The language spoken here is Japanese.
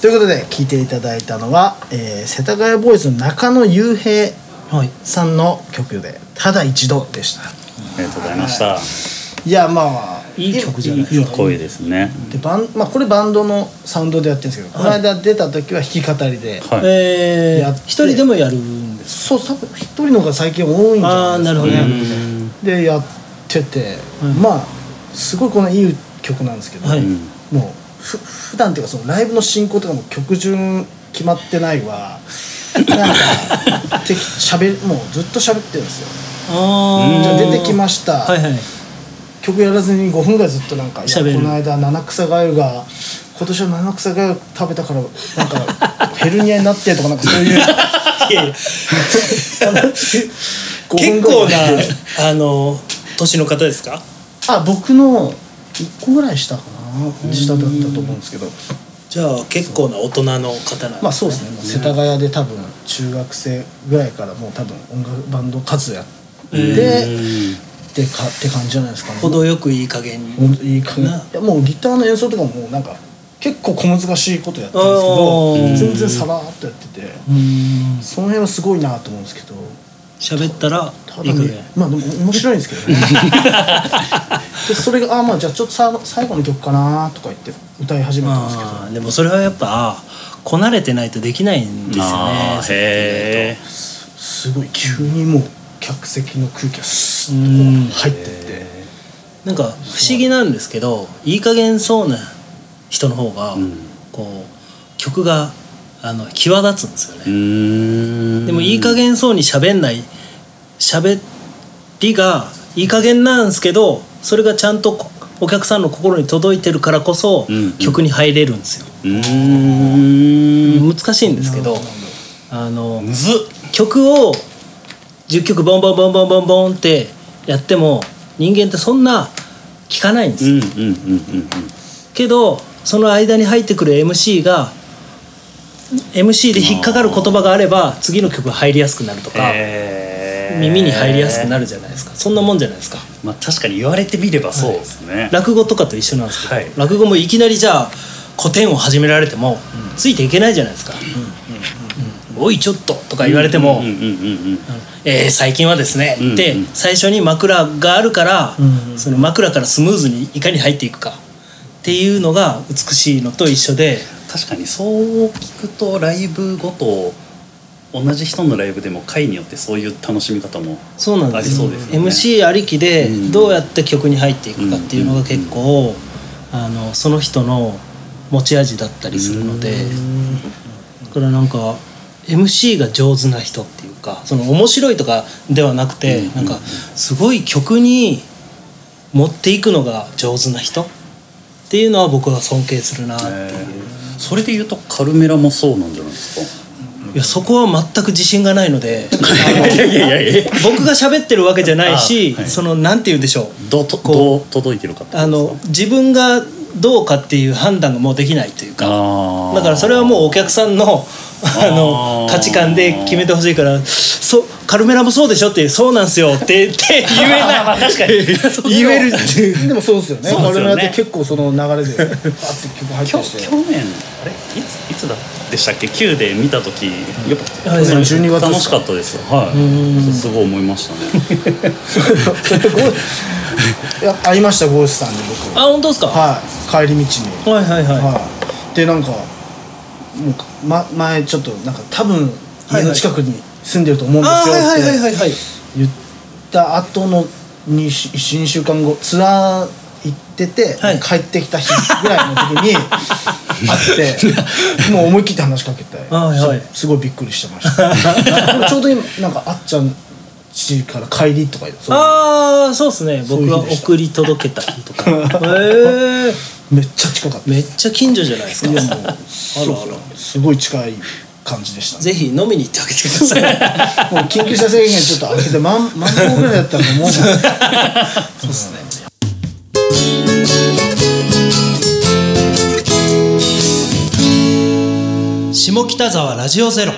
ということで聞いていただいたのは、えー世田谷ボーイズの中野雄平はいさんの曲で「ただ一度」でしたありがとうございました。いやまあいい曲じゃんないですか声ですね。でバン、まあ、これバンドのサウンドでやってるんですけど、はいこの間出た時は弾き語りで、はい。えやーって一人でもやるんですそう多分一人の方が最近多いんじあゃあなないるですかねほどうねんでやってて、はいまあすごいこのいい曲なんですけど、はいうんもうふ普段っていうかそのライブの進行とかも曲順決まってないわなんかてしゃべもうずっと喋ってるんですよああじゃあ出てきました、はいはい曲やらずに5分ぐらいずっとなんかいや喋るこの間七草がゆが今年は七草がゆ食べたからなんかヘルニアになってとかなんか そういう 話5分結ぐ構らいな あの年の方ですかあ僕の1個ぐらい下かな下だったと思うんですけどじゃあ結構な大人の方なんまあそうですねもう世田谷で多分中学生ぐらいからもう多分音楽バンド活動やってでかって感じじゃないですかね程よくいい加減にほんといい感じないやもうギターの演奏とかもなんか結構小難しいことやってるんですけどあー全然さらーっとやっててうーんその辺はすごいなと思うんですけど喋ったらたいいだかねげんまあでも面白いんですけどね でそれがあーまあじゃあちょっとさ最後の曲かなとか言って歌い始めたんですけどああでもそれはやっぱあーこなれてないとできないんですよねあーへえ。すごい急にもう客席の空気がスッとうんこう入ってってなんか不思議なんですけどいい加減そうな人の方が、んこう曲があの際立つんですようね、ん。でもいい加減そうに喋んない喋りがいい加減なんですけどそれがちゃんとこお客さんの心に届いてるからこそ、うんうん曲に入れるんですよ、うん。難しいんですけどあのむずっ。曲を10曲ボンボンボンボンボンボンってやっても人間ってそんな聞かないんですうよんうんうんうんけどその間に入ってくる MC が MC で引っかかる言葉があれば次の曲が入りやすくなるとうん。かへー耳に入りやすくなるじゃないですかそんなもんじゃないですかまあ確かに言われてみればそうですね。落語とかと一緒なんですけど、はい落語もいきなりじゃあ古典を始められてもついていけないじゃないですか「おいちょっと」とか言われてもうんうんうんえー最近はですね、うんでうん最初に枕があるから、その枕からスムーズにいかに入っていくかっていうのが美しいのと一緒で確かにそう聞くとライブごと同じ人のライブでも回によってそういう楽しみ方もそうなんですよありそうです MC ありきでうんどうやって曲に入っていくかっていうのが結構、あのその人の持ち味だったりするので、だからなんか MC が上手な人っていうかその面白いとかではなくて、なんかすごい曲に持っていくのが上手な人っていうのは僕は尊敬するなっていう、それで言うとカルメラもそうなんじゃないですいやそこは全く自信がないのでか。 いやいやいやいや。僕が喋ってるわけじゃないし、あはいそのなんて言うんでしょうどうとどう届いてるかってことあの自分がどうかっていう判断がもうできないというかあーだからそれはもうお客さんのあのあー価値観で決めてほしいから「そうカルメラもそうでしょ」って「そうなんすよ」 って言って言えない確か に言えるっていうでもそうですよねそうですよねカルメラって結構その流れでバッて曲入って去ま去して年あれいついつだでしたっけ Q で見た時やっぱはい去年12月楽しかったですはいすごい思いましたねそれゴーいや会いましたゴーシュさんに僕あ本当ですか、はい帰り道にはいはいはいはい、でなんかもう、ま、前ちょっとなんか多分家はいはのい近くに住んでると思うんであーはいはいすはよっいてはい言った後の12週間後ツアー行ってて、はい帰ってきた日ぐらいの時 に会ってもう思い切って話しかけて、はいはいすすごいびっくりしてましたで もちょうど今なんかあっちゃん家から帰りとか言ってそうああそうですね僕は送り届けたり とかへえめっちゃ近かっためっちゃ近所じゃないですかいやもうそうそうすごい近い感じでしたねぜひ飲みに行ってあげてくださいもう緊急車制限ちょっと開けてマンマンボウぐらいだったらもうそうですね 下北沢ラジオゼロ